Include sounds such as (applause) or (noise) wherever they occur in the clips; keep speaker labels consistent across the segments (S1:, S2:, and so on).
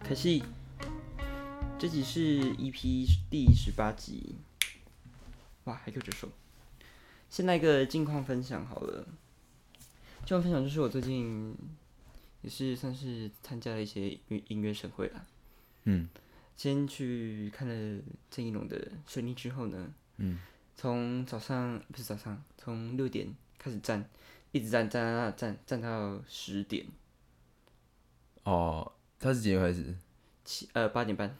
S1: 可是这集是 EP 第十八集，哇，还有这首。先来个近况分享好了，近况分享就是我最近也是算是参加了一些音乐音乐盛会啦。
S2: 嗯，
S1: 先去看了郑一龙的《水逆》之后呢，
S2: 嗯，
S1: 从早上不是早上，从六点开始站，一直站站站站站到十点
S2: 哦，他是几点开始？
S1: 七呃八点半，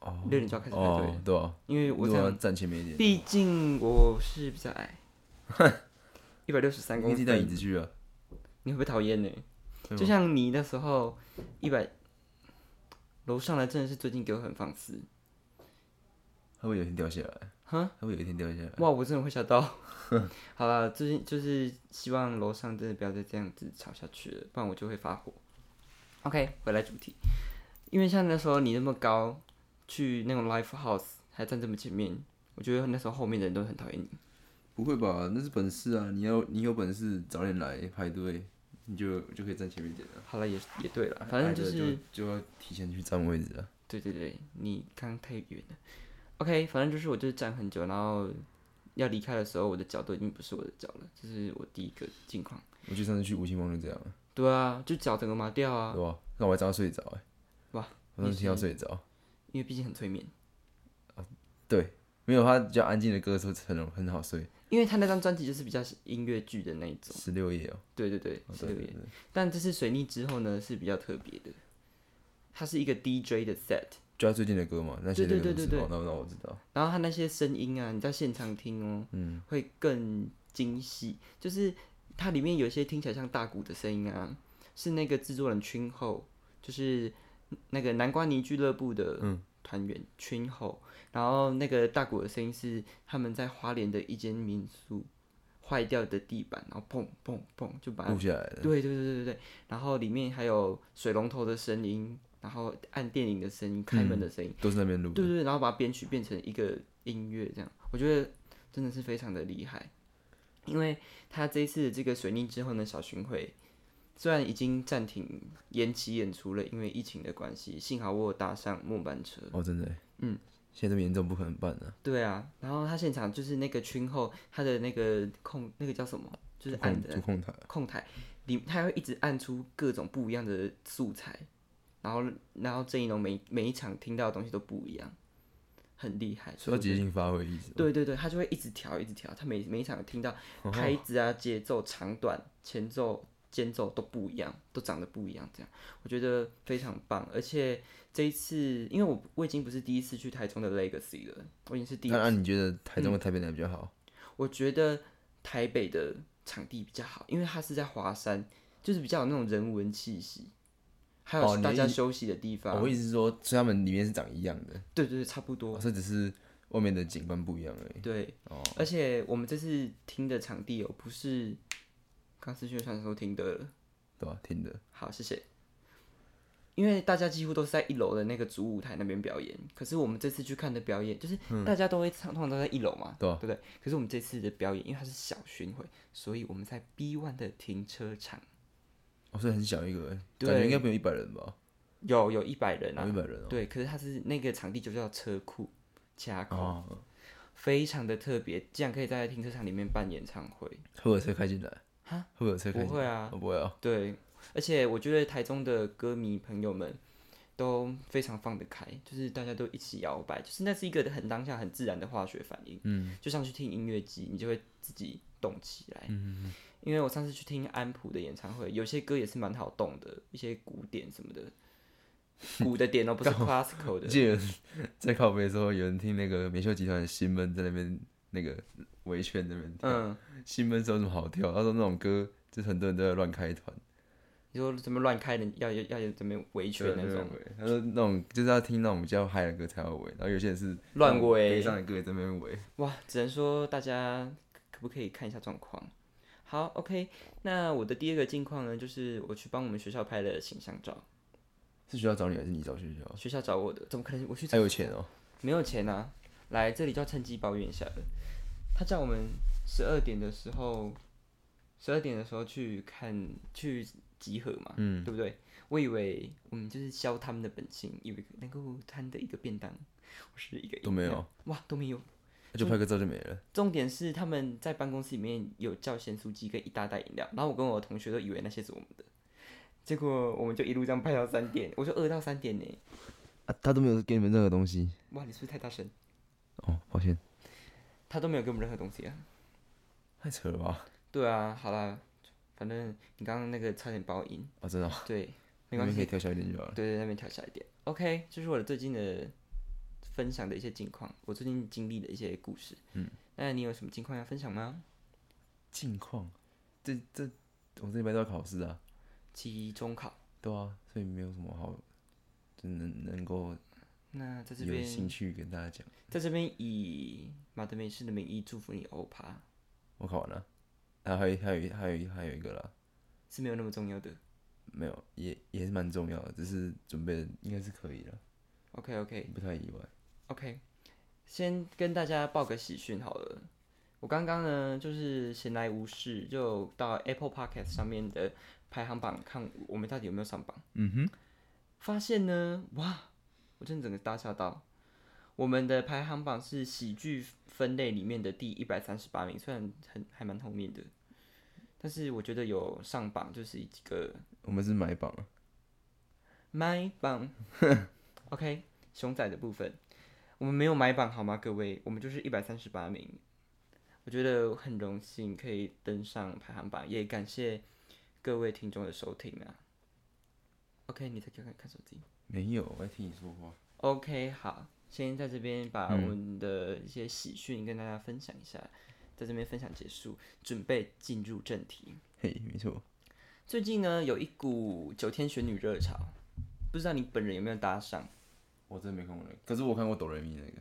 S2: 哦，
S1: 六点就要开始排队了，
S2: 哦，对啊，
S1: 因为我
S2: 如
S1: 这
S2: 果
S1: 样
S2: 要站前面一点，
S1: 毕竟我是比较
S2: (laughs)
S1: 矮，一百六十三
S2: 你
S1: 公
S2: 可以
S1: 分
S2: 自己，带椅子去啊。
S1: 你会不会讨厌呢？
S2: 会吗
S1: 就像你那时候一百，楼上来真的是最近给我很放肆，
S2: 他会有一天掉下来，
S1: 哈，
S2: 他会有一天掉下来。
S1: 哇，我真的会吓
S2: (laughs)
S1: 到。好啦，最近就是希望楼上真的不要再这样子吵下去了，不然我就会发火。OK，回来主题，因为像那时候你那么高，去那种 live house 还站这么前面，我觉得那时候后面的人都很讨厌你。
S2: 不会吧？那是本事啊！你要你有本事早点来排队，你就就可以站前面一点了。
S1: 好了，也也对了，反正就
S2: 矮的
S1: 是
S2: 就要提前去占位置啊。
S1: 对对对，你刚太远了。OK，反正就是我就是站很久，然后要离开的时候，我的脚都已经不是我的脚了，这是我第一个近况。
S2: 我去上次去吴兴峰就这样了，
S1: 对啊，就脚整个麻掉啊，
S2: 对吧？那我还早上睡着哎、
S1: 哇！
S2: 我当时听到睡着。
S1: 因为毕竟很催眠。
S2: 对，没有他比较安静的歌的时候很容很好睡，
S1: 因为他那张专辑就是比较音乐剧的那一种，
S2: 十六页哦。
S1: 对对对，
S2: 哦
S1: 是
S2: 对
S1: 这
S2: 对
S1: 个。
S2: 对，
S1: 但这次水逆之后呢，是比较特别的，它是一个 DJ 的 set，
S2: 就他最近的歌嘛，那些
S1: 对
S2: 那个
S1: 对
S2: 都
S1: 对
S2: 是
S1: 对
S2: 哦，那那我知道。
S1: 然后他那些声音啊，你在现场听哦，
S2: 嗯，
S1: 会更精细。就是它里面有一些听起来像大鼓的声音啊，是那个制作人群后，就是那个南瓜泥俱乐部的团员群后。然后那个大鼓的声音是他们在花莲的一间民宿坏掉的地板，然后砰砰砰就把它
S2: 录下来的。
S1: 对对对对对对，然后里面还有水龙头的声音，然后按电铃的声音、开门的声音。
S2: 都是那边录的。
S1: 对对，对然后把它编曲变成一个音乐，这样我觉得真的是非常的厉害。因为他这一次的这个水逆之后呢，小巡回虽然已经暂停延期演出了，因为疫情的关系，幸好我有搭上末班车。
S2: 哦，真的。嗯，现在这么严重，不可能办的、
S1: 对啊，然后他现场就是那个群后，他的那个控那个叫什么，就是按
S2: 主控主控台。
S1: 控台里，他会一直按出各种不一样的素材，然后然后郑一龙每每一场听到的东西都不一样，很厉害。
S2: 说
S1: 所以
S2: 到即兴发挥意思，
S1: 对对对，他就会一直调，一直调。他每每一场听到
S2: 哦
S1: 拍子啊、节奏、长短、前奏、间奏都不一样，都长得不一样，这样我觉得非常棒。而且这一次，因为我我已经不是第一次去台中的 Legacy 了，我已经是第一
S2: 那那你觉得台
S1: 嗯
S2: 中跟台北哪比较好？
S1: 我觉得台北的场地比较好，因为它是在华山，就是比较有那种人文气息，还
S2: 哦
S1: 有
S2: 你
S1: 大
S2: 的
S1: 家
S2: 意
S1: 休息的地方。
S2: 哦我意思是说，所以他们里面是长一样的，哦
S1: 对对对，差不多。
S2: 所以只是外面的景观不一样而已。
S1: 对，
S2: 哦
S1: 而且我们这次听的场地哦，不是刚思讯传说听的了。
S2: 对吧、听的，
S1: 好，谢谢。因为大家几乎都是在一楼的那个主舞台那边表演，可是我们这次去看的表演，就是大家都会唱，通常都在一楼嘛，
S2: 嗯对啊
S1: 不对？可是我们这次的表演，因为它是小巡回，所以我们在 B One 的停车场
S2: 哦，所以很小一个欸，
S1: 对
S2: 感觉应该没有一百人吧？
S1: 有有一百人啊，
S2: 有一百人哦。
S1: 对，可是它是那个场地就叫车库卡口，
S2: 哦，
S1: 非常的特别，竟然可以在停车场里面办演唱会，
S2: 会不会有车开进来？
S1: 哈，
S2: 会不会有车开
S1: 不
S2: 进来？
S1: 会啊，
S2: 哦不会啊。
S1: 对，而且我觉得台中的歌迷朋友们都非常放得开，就是大家都一起摇摆，就是那是一个很当下、很自然的化学反应。嗯，就像去听音乐机，你就会自己动起来。嗯因为我上次去听安普的演唱会，有些歌也是蛮好动的，一些古典什么的，古的点哦， (laughs) 不是 classical 的。
S2: 记得在靠北的时候，有人听那个 (laughs) 美秀集团的新闷在那边那个围圈那边跳，
S1: 嗯，
S2: 新闷是有什么好跳？他说那种歌就是很多人都在乱开团，
S1: 你说怎么乱开的，要要要怎么维权那种，
S2: 围。他说那种就是要听那种比较嗨的歌才要围，然后有些人是
S1: 乱围
S2: 悲伤的歌也在那边围。
S1: 哇，只能说大家可不可以看一下状况？好，OK，那我的第二个近况呢，就是我去帮我们学校拍了形象照，
S2: 是学校找你还是你找学校？
S1: 学校找我的，怎么可能我去
S2: 还
S1: 找？
S2: 有钱哦、
S1: 没有钱啊！来这里就要趁机抱怨一下了。他叫我们十二点的时候，十二点的时候去看去集合嘛，嗯，对不对？我以为我们就是消他们的本性，以为能够摊的一个便当，我是一个
S2: 都没有，
S1: 哇都没有。
S2: 那就拍个照就没了。
S1: 重点是他们在办公室里面有叫咸酥鸡跟一大袋饮料，然后我跟我同学都以为那些是我们的，结果我们就一路这样拍到三点，我就饿到三点呢。
S2: 啊，他都没有给你们任何东西。
S1: 哇，你是不是太大声？
S2: 哦，抱歉，
S1: 他都没有给我们任何东西啊。
S2: 太扯了吧？
S1: 对啊，好啦，反正你刚刚那个差点把我赢，
S2: 啊，真的哦，
S1: 对，没
S2: 那
S1: 关
S2: 边可以
S1: 系，
S2: 调小一点就好了。
S1: 对对，那边调小一点。OK，这是我的最近的分享的一些近况，我最近经历的一些故事。嗯，那你有什么近况要分享吗？
S2: 近况，这这我这礼拜都要考试啊，
S1: 期中考，
S2: 对啊，所以没有什么好，就能能够
S1: 那在这
S2: 有
S1: 边
S2: 兴趣跟大家讲。
S1: 在这边以马德美式的名义祝福你欧趴
S2: 我考完了，啊，还有还有还有还有一个啦，
S1: 是没有那么重要的。
S2: 没有，也也是蛮重要的，只是准备的应该是可以了，
S1: OK OK
S2: 不太意外。
S1: OK，先跟大家报个喜讯好了。我刚刚呢，就是闲来无事，就到 Apple Podcast 上面的排行榜看我们到底有没有上榜。
S2: 嗯哼，
S1: 发现呢，哇，我真的整个大吓到。我们的排行榜是喜剧分类里面的第一百三十八名，虽然很还蛮后面的，但是我觉得有上榜就是一个
S2: 我们是买榜啊，
S1: 买榜。OK，熊仔的部分，我们没有买榜好吗？各位，我们就是一百三十八名。我觉得很荣幸可以登上排行榜，也感谢各位听众的收听啊。OK，你再看看看手机。
S2: 没有，我在听你说话。
S1: OK，好，先在这边把我们的一些喜讯跟大家分享一下，在这边分享结束，准备进入正题。
S2: 嘿，没错，
S1: 最近呢，有一股九天玄女热潮，不知道你本人有没有搭上？
S2: 我真的没看过那个，可是我看过哆来咪那个。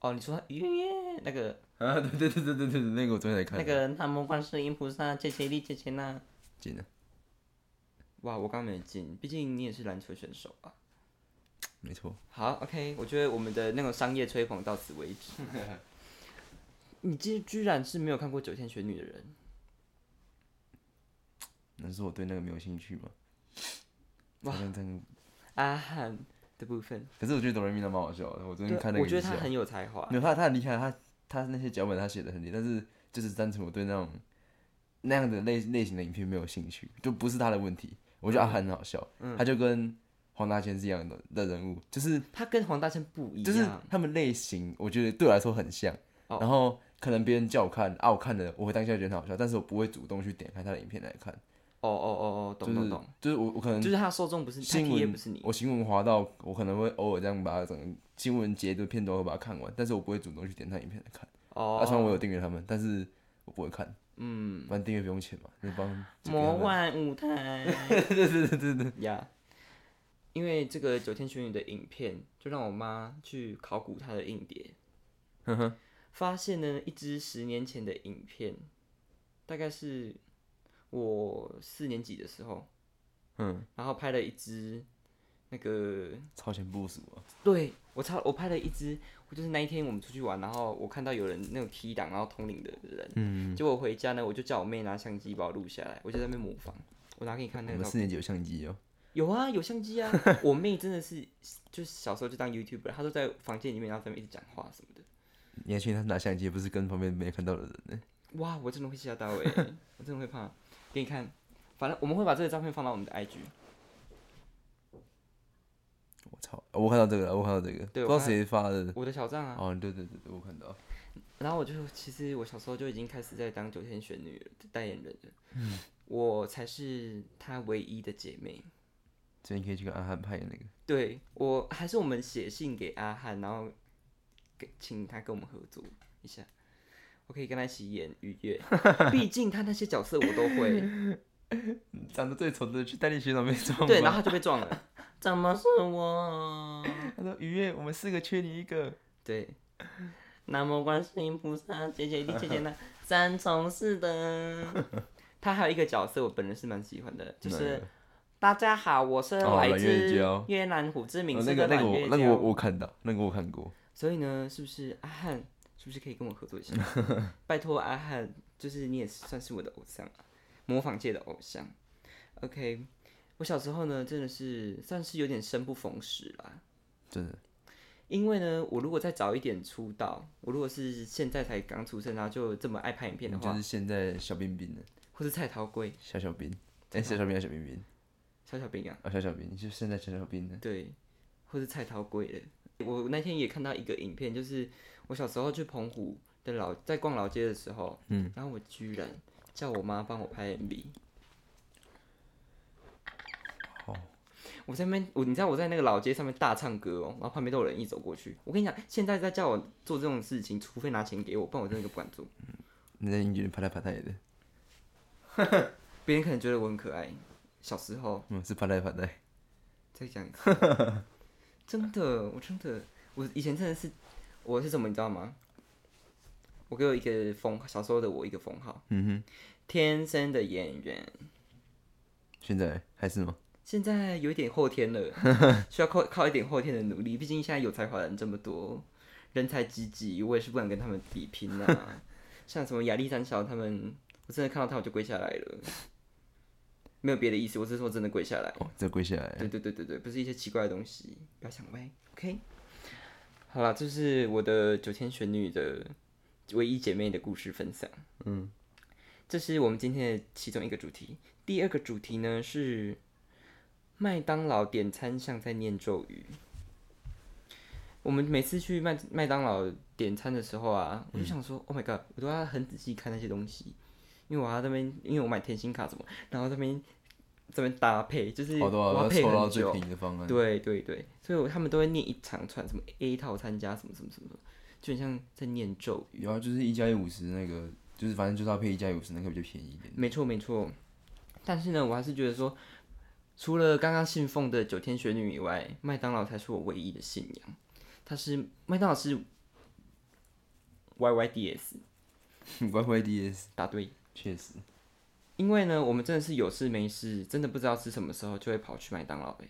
S1: 哦，你说他耶耶那个
S2: 啊， (laughs) 对对对对对对，那个我昨天才看。
S1: 那个南无观世音菩萨，切切利切切那。
S2: 剪的，
S1: 哇，我刚没进，毕竟你也是篮球选手啊。
S2: 没错。
S1: 好，OK，我觉得我们的那种商业吹捧到此为
S2: (laughs)
S1: 止。你竟居然是没有看过《九天玄女》的人，
S2: 能说我对那个没有兴趣吗？哇，这样
S1: 阿汉的部分，
S2: 可是我觉得哆瑞咪娜蛮好笑的，我昨天
S1: 对
S2: 看，那个
S1: 我觉
S2: 也
S1: 得
S2: 是
S1: 他
S2: 啊，
S1: 很有才华。
S2: 没有他他很厉害，他他那些脚本他写的很厉害，但是就是单纯我对那种那样的类类型的影片没有兴趣，就不是他的问题。我觉得阿涵很好笑，他就跟黄大仙是一样的的人物，就是
S1: 他跟黄大仙不一样，
S2: 就是他们类型，我觉得对我来说很像。
S1: 哦
S2: 然后可能别人叫我看啊，我看了，我会当下觉得很好笑，但是我不会主动去点开他的影片来看。
S1: 哦哦哦哦，
S2: 就
S1: 懂懂
S2: 是
S1: 懂，
S2: 就是我我可能
S1: 就是他受众不是他
S2: 新
S1: T A
S2: 闻
S1: 不是你，
S2: 我新闻滑到，我可能会偶尔这样把它整个新闻截的片段会把它看完，但是我不会主动去点他影片来看。
S1: 哦，
S2: 啊，虽然我有订阅他们，但是我不会看。嗯，反正订阅不用钱嘛，就帮就给他
S1: 魔
S2: 们
S1: 幻舞台。
S2: (laughs) 对对对对对，
S1: 呀因为这个九天玄女的影片，就让我妈去考古她的硬碟，
S2: 呵呵，
S1: 发现呢一支十年前的影片，大概是我四年级的时候，
S2: 嗯，
S1: 然后拍了一支那个，
S2: 超前部署啊，
S1: 对我操，我拍了一支，我就是那一天我们出去玩，然后我看到有人那种 T 档，然后通灵的人，嗯，结果我回家呢，我就叫我妹拿相机把我录下来，我就在那边模仿，我拿给你看那
S2: 我
S1: 个
S2: 们
S1: 照
S2: 四年级有相机哦，
S1: 有啊，有相机啊。我妹真的是，就是小时候就当 YouTuber，她都在房间里面，然后在那边一直讲话什么的。
S2: 你还确定他拿相机，不是跟旁边没看到的人呢、
S1: 哇，我真的会吓到哎、我真的会怕。给你看，反正我们会把这个照片放到我们的 IG。
S2: 我操，我看到这个了，我看到这个，
S1: 对
S2: 不知
S1: 我
S2: 道
S1: 看
S2: 谁发的。
S1: 我的小账啊，
S2: 哦，对对对对，我看到。
S1: 然后我就其实我小时候就已经开始在当九天玄女的代言人了，我才是她唯一的姐妹。
S2: 所以你可以去看阿汉拍的那个，
S1: 对我还是我们写信给阿汉，然后给请他跟我们合作一下，我可以跟他一起演愉
S2: (laughs)
S1: 悦，毕竟他那些角色我都会。
S2: 长得最丑的去代理学长被撞
S1: 对，
S2: 吧
S1: 然后他就被撞
S2: (laughs)
S1: 了，怎么是我？
S2: 他说：“愉悦，我们四个缺你
S1: (laughs)
S2: 一个。
S1: 对，南无观世音菩萨，姐姐地姐姐 (laughs) 那三从四德。 (laughs) 他还有一个角色，我本人是蛮喜欢的，就
S2: 哪
S1: 是
S2: 个
S1: 大家好，我是
S2: 哦
S1: 来
S2: 阮月
S1: 自
S2: 娇
S1: 越南胡志明
S2: 哦
S1: 市
S2: 那
S1: 的
S2: 个那
S1: 阮
S2: 个
S1: 月
S2: 我
S1: 娇。
S2: 那个我我看到，那个我看过。
S1: 所以呢，是不是阿汉？是不是可以跟我合作一下？拜托阿汉，就是你也算是我的偶像啊，模仿界的偶像。 OK，我小时候呢，真的是算是有点生不逢时啦。
S2: 真的，
S1: 因为呢，我如果再早一点出道，我如果是现在才刚出生，然后就这么爱拍影片的
S2: 你
S1: 话，
S2: 就是现在小冰冰的
S1: 或是蔡桃贵、
S2: 小小冰，哎、小小冰还是小冰冰？
S1: 小小兵啊，
S2: 哦，小小冰，你就现在小小冰的，
S1: 对，或是蔡桃贵的。我那天也看到一个影片，就是我小时候去澎湖的老，在逛老街的时候，嗯，然后我居然叫我妈帮我拍 MV。我在那边，我你知道我在那个老街上面大唱歌哦，然后旁边都有人一走过去。我跟你讲，现在在叫我做这种事情，除非拿钱给我，不然我真的就不敢做。
S2: 你在英俊啪嗒啪嗒的，
S1: 别人可能觉得我很可爱，小时候
S2: 嗯，是啪嗒啪嗒，
S1: 再讲一次，真的，我真的，我以前真的是，我是怎么你知道吗？我给我一个封，小时候的我一个封号，嗯哼，天生的演员，
S2: 现在还是吗？
S1: 现在有一点后天了，需要靠靠一点后天的努力，毕竟现在有才华的人这么多，人才济济，我也是不敢跟他们比拼啊。像什么亚历山小他们，我真的看到他我就跪下来了，没有别的意思，我只是说真的跪下来。
S2: 哦，这跪下来，
S1: 对对对对对，不是一些奇怪的东西，不要想歪。OK，好了，这是我的九天玄女的唯一姐妹的故事分享。嗯，这是我们今天的其中一个主题。第二个主题呢是麦当劳点餐像在念咒语。我们每次去麦麦当劳点餐的时候啊，我就想说、o h my god，我都要很仔细看那些东西，因为我要那边，因为我买甜心卡什么，然后这边这边搭配，就是
S2: 好多
S1: 我
S2: 啊，
S1: 要
S2: 要
S1: 配
S2: 抽到
S1: 很
S2: 最
S1: 久。
S2: 便宜的方案，
S1: 对对对，所以我他们都会念一长串，什么 A 套餐加什么什么什么，就很像在念咒。
S2: 有啊，就是一加一五十那个，就是反正就是要配一加一五十那个比较便宜一点， (laughs)
S1: 没错没错，但是呢，我还是觉得说，除了刚刚信奉的九天玄女以外，麦当劳才是我唯一的信仰。它是麦当劳是 Y Y D S
S2: 乖乖 DS
S1: 答对，
S2: 确实，
S1: 因为呢，我们真的是有事没事，真的不知道是什么时候就会跑去麦当劳欸诶、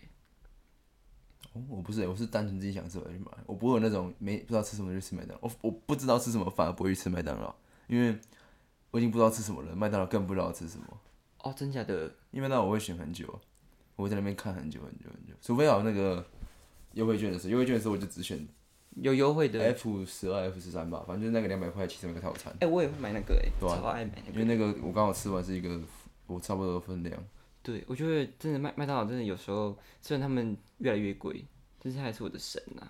S2: 哦，我不是欸、我是单纯自己想吃我就去买，我不会有那种没不知道吃什么就去吃麦当劳，我我不知道吃什么反而不会去吃麦当劳，因为我已经不知道吃什么了，麦当劳更不知道吃什么。
S1: 哦，真假的？
S2: 因为那我会选很久，我会在那边看很久很久很久，除非有那个优惠券的时候，优惠券的时候我就只选
S1: 有优惠的？
S2: F 十二、F 十三吧，反正就是那个两百块其中一个套餐，
S1: 哎、我也会买那个诶、
S2: 对啊
S1: 超爱买那
S2: 因
S1: 个。
S2: 为那个我刚好吃完是一个我差不多的分量，
S1: 对，我觉得真的麦麦当劳真的有时候，虽然他们越来越贵，但是他还是我的神啊。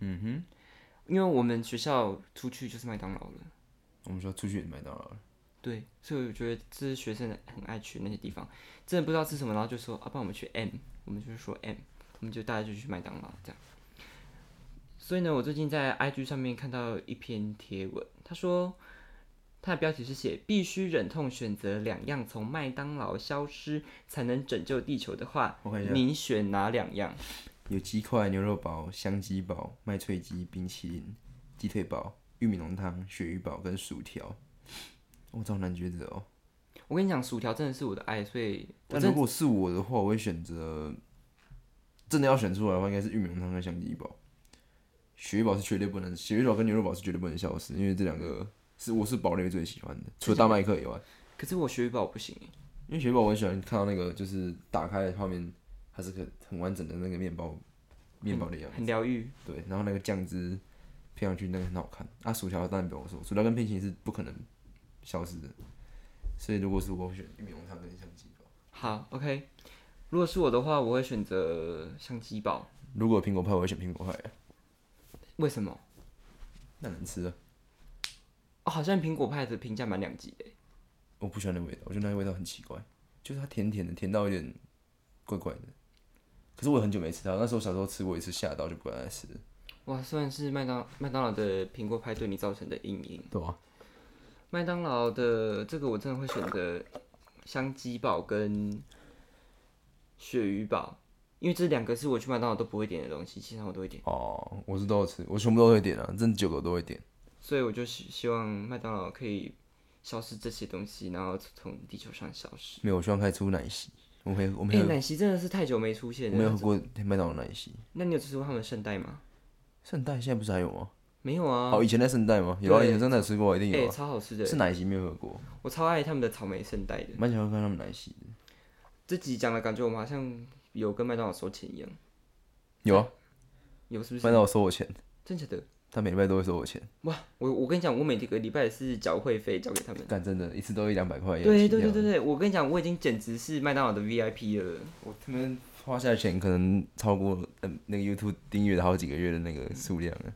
S2: 嗯哼，
S1: 因为我们学校出去就是麦当劳了，
S2: 我们说出去也麦当劳了，
S1: 对，所以我觉得这是学生很爱去那些地方，真的不知道吃什么，然后就说，啊，不然我们去 M，我们就是说 M，我们就大家就去麦当劳这样。所以呢，我最近在 IG 上面看到一篇贴文，他说他的标题是写“必须忍痛选择两样从麦当劳消失才能拯救地球的话
S2: 我看一”，下
S1: 你选哪两样？
S2: 有鸡块、牛肉堡、香鸡堡、麦脆鸡、冰淇淋、鸡腿堡、玉米浓汤、鳕鱼堡跟薯条，我超难抉择哦。
S1: 我跟你讲，薯条真的是我的爱，所以我
S2: 但
S1: 真
S2: 如
S1: 的
S2: 果是我的话，我会选择真的要选出来的话，应该是玉米浓汤跟香鸡堡。鳕鱼堡是绝对不能，鳕鱼堡跟牛肉堡是绝对不能消失，因为这两个是我是堡内最喜欢的，除了大麦克以外。
S1: 可是我学语宝不行耶欸
S2: 因为鳕鱼堡我很喜欢看到那个，就是打开的画面，它是个很完整的那个面包面包的样子。
S1: 很疗愈。
S2: 对，然后那个酱汁配上去那个很好看。啊，薯条当然不用说，薯条跟冰淇淋是不可能消失的，所以如果是我，我会选玉米浓汤跟香鸡堡。
S1: 好，OK。如果是我的话，我会选择香鸡堡。
S2: 如果有苹果派，我会选苹果派。
S1: 为什么？
S2: 那难吃啊！
S1: 哦，好像苹果派的评价蛮两极的耶。
S2: 我不喜欢那个味道，我觉得那个味道很奇怪，就是它甜甜的，甜到有点怪怪的。可是我也很久没吃到，那时候小时候吃过一次，吓到就不敢再吃了。
S1: 哇，算是麦当麦当劳的苹果派对你造成的阴影。
S2: 对啊，
S1: 麦当劳的这个我真的会选择香鸡堡跟鳕鱼堡，因为这两个是我去麦当劳都不会点的东西，其他我都会点，
S2: 哦，我是都有吃，我全部都会点啊，真九个都会点。
S1: 所以我就希希望麦当劳可以消失这些东西，然后从地球上消失。
S2: 没有，我希望开出奶昔，我没有，我没
S1: 哎、
S2: 有，
S1: 奶昔真的是太久没出
S2: 我
S1: 现
S2: 没有
S1: 了
S2: 喝。过麦当劳奶昔。
S1: 那你有吃过他们的圣代吗？
S2: 圣代现在不是还有吗？
S1: 没有啊，
S2: 哦，以前在圣代吗？有啊，
S1: 对
S2: 以前圣代有吃过，一定
S1: 哎、
S2: 有啊。
S1: 超好吃的，
S2: 是奶昔没有喝过，
S1: 我超爱他们的草莓圣代的。
S2: 蛮喜欢喝他们奶昔的。
S1: 这集讲的感觉我们好像有跟麦当劳收钱一样，
S2: 有啊，
S1: 有是不是？
S2: 麦当劳收我钱，
S1: 真假的？
S2: 他每礼拜都会收我钱，
S1: 哇，我我跟你讲，我每个礼拜是缴会费交给他们。
S2: 干真的，一次都一两百块，
S1: 对对对对，对，我跟你讲，我已经简直是麦当劳的 VIP 了。
S2: 我他们花下的钱可能超过嗯那个 YouTube 订阅的好几个月的那个数量了，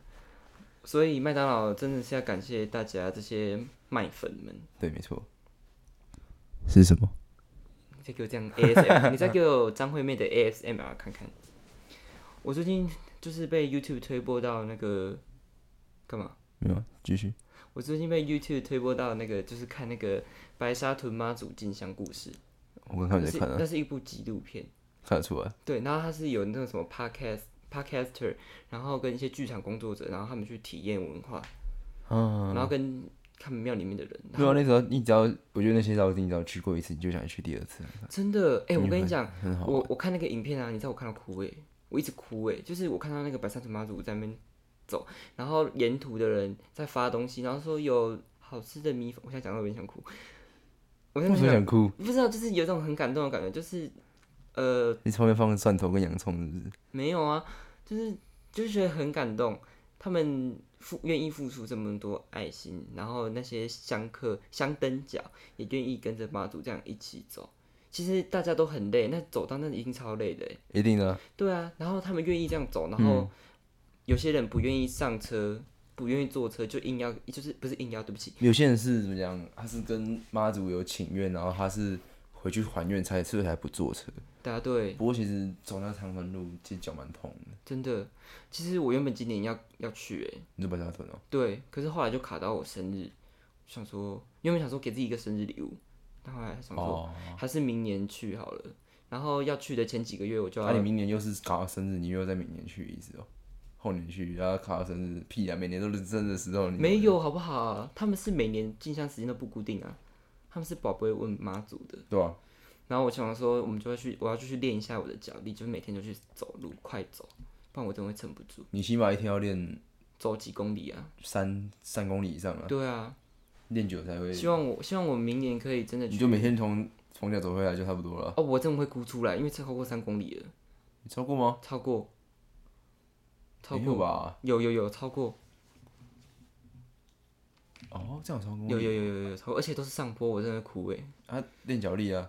S1: 所以麦当劳真的是要感谢大家这些麦粉们，
S2: 对，没错，是什么？
S1: 你再给我这
S2: (laughs)
S1: 样 ASM，你再给我张惠妹的 ASMR 看看。我最近就是被 YouTube 推播到那个干嘛？
S2: 没有啊，继续。
S1: 我最近被 YouTube 推播到那个，就是看那个白沙屯妈祖进香故事，
S2: 我
S1: 那
S2: 刚刚
S1: 是
S2: 在看啊，
S1: 那是一部纪录片。
S2: 看得出来，
S1: 对，然后它是有那种什么 podcast podcaster，然后跟一些剧场工作者，然后他们去体验文化，
S2: 嗯，
S1: 然后跟他们庙里面的人，
S2: 没有啊那时候你只要，我觉得那些老师你只要去过一次，你就想去第二次，
S1: 真的，哎、我跟你讲，
S2: 很好。
S1: 我我看那个影片啊，你知道我看到哭哎、我一直哭哎、就是我看到那个白山屯妈祖在那边走，然后沿途的人在发东西，然后说有好吃的米粉，我现在讲到有点想哭，我现
S2: 为
S1: 在
S2: 什么想哭？
S1: 不知道，就是有一种很感动的感觉，就是呃
S2: 你旁边放蒜头跟洋葱是不是？
S1: 没有啊，就是就是觉得很感动，他们付愿意付出这么多爱心，然后那些香客香灯脚也愿意跟着妈祖这样一起走。其实大家都很累，那走到那已经超累的欸。
S2: 一定的啊，
S1: 对啊，然后他们愿意这样走，然后有些人不愿意上车，不愿意坐车，就硬要，就是不是硬要，对不起，
S2: 有些人是怎么讲？他是跟妈祖有请愿，然后他是回去还愿才，所以才不坐车。
S1: 答对，
S2: 不过其实走那长城路，其实脚蛮痛的。
S1: 真的。其实我原本今年要要去、欸，
S2: 你就白沙屯哦，
S1: 对，可是后来就卡到我生日，想说原本想说给自己一个生日礼物，但后来想说、
S2: 哦，
S1: 还是明年去好了。然后要去的前几个月我就
S2: 那、
S1: 要，
S2: 啊你明年又是搞到生日，你又在明年去一次哦，后年去，然后考到生日，屁啊！每年都是生日的时候，你
S1: 没有好不好、他们是每年进香时间都不固定啊，他们是宝贝问妈祖的。
S2: 对啊，
S1: 然后我想说，我们就会去，我要就去练一下我的脚力，就是每天就去走路，快走，不然我真的会撑不住，
S2: 你起码一天要练
S1: 走几公里啊。
S2: 三三公里以上啊，
S1: 对啊，
S2: 练久才会，
S1: 希望我希望我明年可以真的
S2: 你
S1: 去。
S2: 就每天从从家走回来就差不多了。
S1: 哦，我真的会哭出来，因为超过三公里了，
S2: 你超过吗？
S1: 超过，超
S2: 没
S1: 过
S2: 有吧？
S1: 有有有超过，
S2: 哦，这样有超过
S1: 有有有有有超过，而且都是上坡，我真的会哭哎。
S2: 啊，练脚力啊。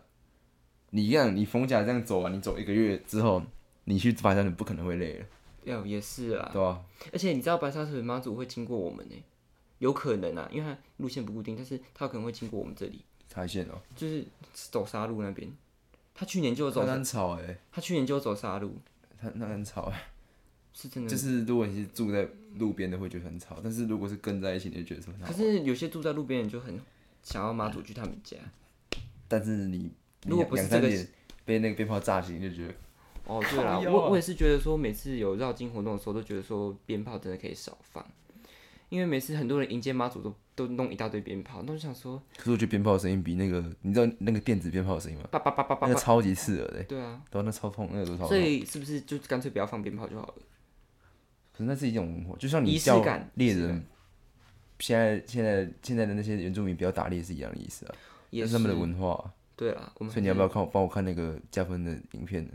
S2: 你一样，你逢甲这样走啊，你走一个月之后，你去爬山，你不可能会累了，
S1: 要也是啊，
S2: 对吧、啊？
S1: 而且你知道白沙屯妈祖会经过我们呢，欸有可能啊，因为它路线不固定，但是它有可能会经过我们这里，
S2: 踩线哦、
S1: 就是走沙路那边。他去年就有走
S2: 那很吵哎、
S1: 他去年就走杀戮，
S2: 它那很吵哎、
S1: 是真的。
S2: 就是如果你是住在路边的，会觉得很吵，但是如果是跟在一起，你就觉得很
S1: 可
S2: 吵。
S1: 是有些住在路边的人就很想要妈祖去他们家。
S2: 但是你
S1: 如果不是
S2: 两三
S1: 这个
S2: 点被那个鞭炮炸醒，你就觉得
S1: 哦，对啦，
S2: 靠腰啊
S1: 我我也是觉得说，每次有绕境活动的时候，都觉得说鞭炮真的可以少放，因为每次很多人迎接妈祖都都弄一大堆鞭炮，那我就想说，
S2: 可是我觉得鞭炮的声音比那个，你知道那个电子鞭炮的声音吗？
S1: 叭叭叭叭叭
S2: 那个
S1: 叭，
S2: 超级刺耳的、欸，
S1: 对啊，
S2: 对啊、那超痛，那个多超
S1: 所
S2: 痛。
S1: 以是不是就干脆不要放鞭炮就好了？
S2: 可是那是一种文化，就像你
S1: 仪式
S2: 叫
S1: 感
S2: 猎
S1: 仪式
S2: 人，现在现在现在的那些原住民不要打猎是一样的意思啊，
S1: 也嗯
S2: 那是他们的文化啊、
S1: 对啦，我们
S2: 所以你要不
S1: 要？
S2: 要看我帮我看那个加分的影片呢？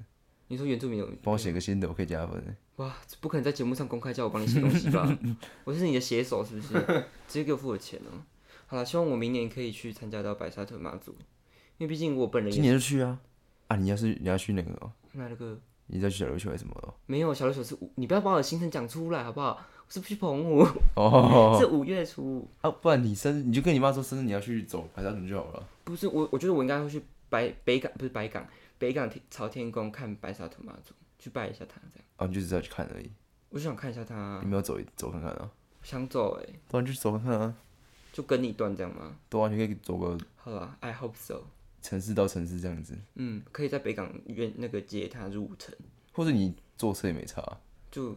S1: 你说原住民有
S2: 帮我写个心得，我可以加分欸。
S1: 哇，不可能在节目上公开叫我帮你写东西
S2: (laughs)
S1: 吧？我是你的写手是不是？直接给我付我钱哦、好了，希望我明年可以去参加到白沙屯妈祖，因为毕竟我本人
S2: 今
S1: 也
S2: 年就去啊！啊，你要是你要去那个哦、
S1: 那了个
S2: 你再去小琉球还是什么哦？
S1: 没有小六手是五，你不要把我的行程讲出来好不好？我是去澎湖， (laughs)
S2: 哦，
S1: 是五月初，
S2: 啊，不然你生日你就跟你妈说生日你要去走白沙屯就好了。
S1: 不是我，我觉得我应该会去白北港，不是白港，北港天朝天宫看白沙屯妈祖，去拜一下他这样，
S2: 啊，你就只要去看而已，
S1: 我就想看一下他
S2: 你，没有走一走看看啊？
S1: 想走哎、
S2: 不然就去走看看啊，
S1: 就跟你一段这样吗？
S2: 对啊，你可以走个
S1: 好了，I hope so，
S2: 城市到城市这样子，
S1: 嗯，可以在北港约那个接他入城。
S2: 或者你坐车也没差啊，
S1: 就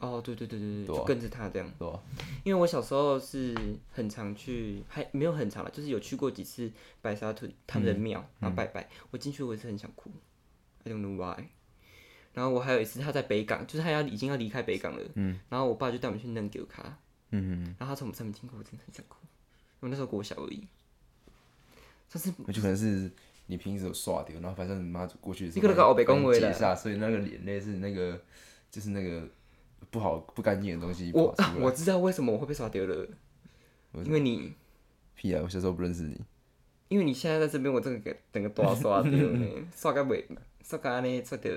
S1: 哦，对对对对
S2: 对
S1: 对，
S2: 啊
S1: 就跟着他这样。
S2: 对吧、
S1: 因为我小时候是很常去，还没有很常了，就是有去过几次白沙屯他们的庙，
S2: 嗯
S1: 然后拜拜。我进去我也是很想哭，I don't know why。然后我还有一次他在北港，就是他要已经要离开北港了，嗯，然后我爸就带我们去弄酒卡，
S2: 嗯，
S1: 然后他从我们上面经过，我真的很想哭。我那时候国小而已，算是
S2: 那就可能是你平时有刷掉，然后反正你妈过去的时
S1: 你可
S2: 候
S1: 能搞北宫
S2: 帮你
S1: 维
S2: 解
S1: 了。
S2: 煞，所以那个眼泪是那个就是那个不好不干净的东西
S1: 我
S2: 跑
S1: 啊 (laughs)
S2: 出，来。
S1: 我知道为什么我会被耍丢了，因为你，
S2: 屁啊！我小时候不认识你，
S1: 因为你现在在这边，我整个整个大耍丢
S2: (laughs)
S1: 呢，耍个袂，耍个安尼耍到，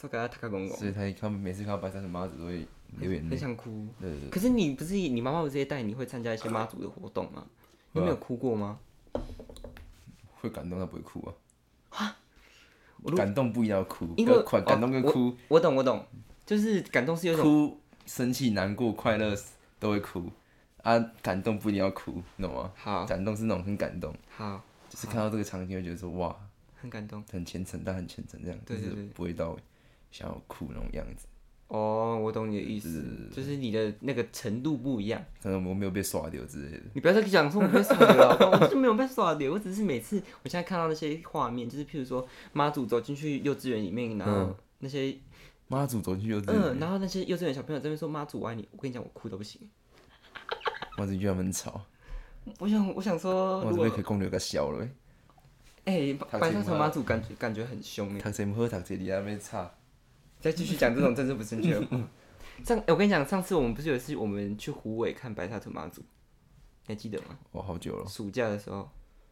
S1: 耍个他个公公，
S2: 所以他一看每次看到白山的妈祖都会流眼
S1: 很
S2: 泪。
S1: 想哭。
S2: 对对对，
S1: 可是你不是你妈妈不是也带你会参加一些妈祖的活动吗？
S2: 啊
S1: 你没有哭过吗？
S2: 会感动但不会哭啊。
S1: 我如
S2: 感动不一定要哭，
S1: 因为
S2: 要快感动跟
S1: 哦
S2: 哭，
S1: 我懂我懂，就是感动是有一种
S2: 哭、生气、难过、快乐都会哭啊。感动不一定要哭，你懂吗？
S1: 好
S2: 感动是那种很感动，
S1: 好
S2: 就是看到这个场景会觉得说哇，
S1: 很感动
S2: 很虔诚，但很虔诚这样，
S1: 对对
S2: 就是不会到想要哭那种样子。
S1: 哦，我懂你的意思，就是你的那个程度不一样。
S2: 可能我没有被刷掉之类的。
S1: 你不要再讲说我被耍的了，好不好我就没有被耍的，我只是每次我现在看到那些画面，就是譬如说妈祖走进去幼稚园里面，然后那些
S2: 妈祖走进去幼嗯稚
S1: 嗯、
S2: 园，
S1: 然后那些幼稚园小朋友在那边说妈祖我爱你，我跟你讲我哭都不行。
S2: 妈祖居然很吵，
S1: 我想我想说，哦
S2: 妈
S1: 如
S2: 祖
S1: 果
S2: 被可以公牛给笑了。
S1: 哎
S2: (laughs) 他
S1: 班上
S2: 自己
S1: 成妈祖感觉感觉很凶哎，
S2: 读什么好，读这里还没差。
S1: 再继续讲这种政治不
S2: (laughs)
S1: 正确的话。上、哎我跟你讲，上次我们不是有一次我们去湖尾看白沙屯妈祖，你还记得吗？
S2: 哦，好久了，
S1: 暑假的时候，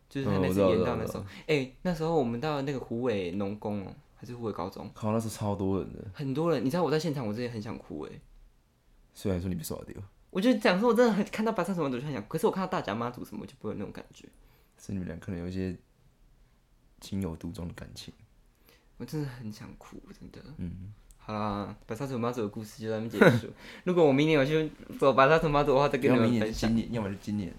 S1: 就是
S2: 嗯
S1: 他那
S2: 我
S1: 次
S2: 知道
S1: 延
S2: 我知
S1: 到
S2: 道
S1: 那时候，哎、那时候我们到那个湖尾农工哦、还是湖尾高中，
S2: 靠，那时候超多人的，
S1: 很多人，你知道我在现场，我真的很想哭哎、
S2: 虽然说你被刷掉，
S1: 我就讲说，我真的很看到白沙屯妈祖就很想哭，可是我看到大甲妈祖什么，我就不会有那种感觉，
S2: 是你们俩可能有一些情有独钟的感情。
S1: 我真的很想哭，真的。嗯。好啦，白沙屯妈祖的故事就到这边结束。 (laughs) 如果我明年有去走白沙屯妈祖的话，再跟
S2: 要
S1: 你们
S2: 明年
S1: 分
S2: 就
S1: 享。
S2: 今年，要么就今年的，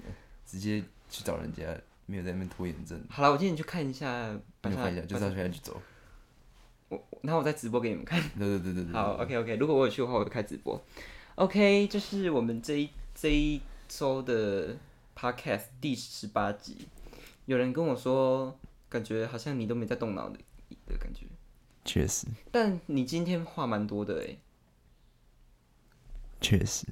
S2: 直接去找人家，没有在那边拖延症，
S1: 好了，我今天去看一下白
S2: 没有
S1: 沙
S2: 看一下，，就是要现在去
S1: (laughs)
S2: 走。
S1: 我然后我再直播给你们看。
S2: 对对对对对，
S1: 好，OK OK，如果我有去的话，我会开直播。OK，就是我们这一这一周的 Podcast 第十八集，有人跟我说，感觉好像你都没在动脑的的感觉，
S2: 确实
S1: 但你今天话蛮多的哎，
S2: 确实，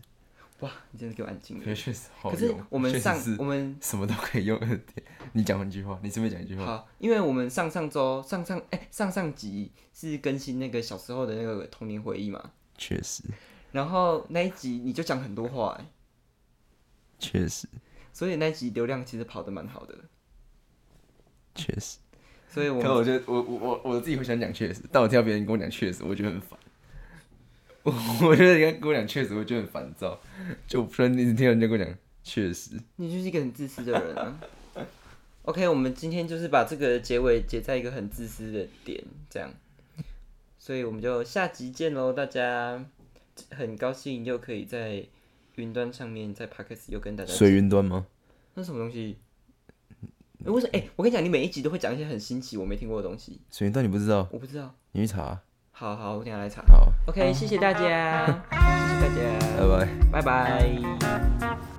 S1: 哇，你真的给我安静
S2: 可
S1: 了。
S2: 是确实好
S1: 可是
S2: 用
S1: 我们
S2: 确实
S1: 上
S2: 是
S1: 我们
S2: 什么都可以用 (laughs) 二点。你讲一句话，你随便讲一句话。
S1: 好，因为我们上上周上上哎、上上集是更新那个小时候的那个童年回忆嘛，
S2: 确实
S1: 然后那一集你就讲很多话哎，
S2: 确实
S1: 所以那一集流量其实跑得蛮好的，
S2: 确实。
S1: 所以我
S2: 可
S1: 们
S2: 是我觉得我我我我自己会想讲确实，但我听到别人跟我讲确实，我觉得很烦。 (laughs) 我我觉得人家跟我讲确实，我觉得很烦躁。就我不然一直听到人家跟我讲确实，
S1: 你就是一个很自私的人啊。OK，我们今天就是把这个结尾结在一个很自私的点，这样，所以我们就下集见喽，大家很高兴又可以在云端上面在 p a c k e s 又跟大家
S2: 云端吗？
S1: 那是什么东西？哎为什么？哎、我跟你讲，你每一集都会讲一些很新奇我没听过的东西，
S2: 水云端你不知道，
S1: 我不知道。
S2: 你去查。
S1: 好好，我等一下来查。
S2: 好，
S1: OK，谢谢大家，谢谢大家，
S2: 拜拜。
S1: 拜拜。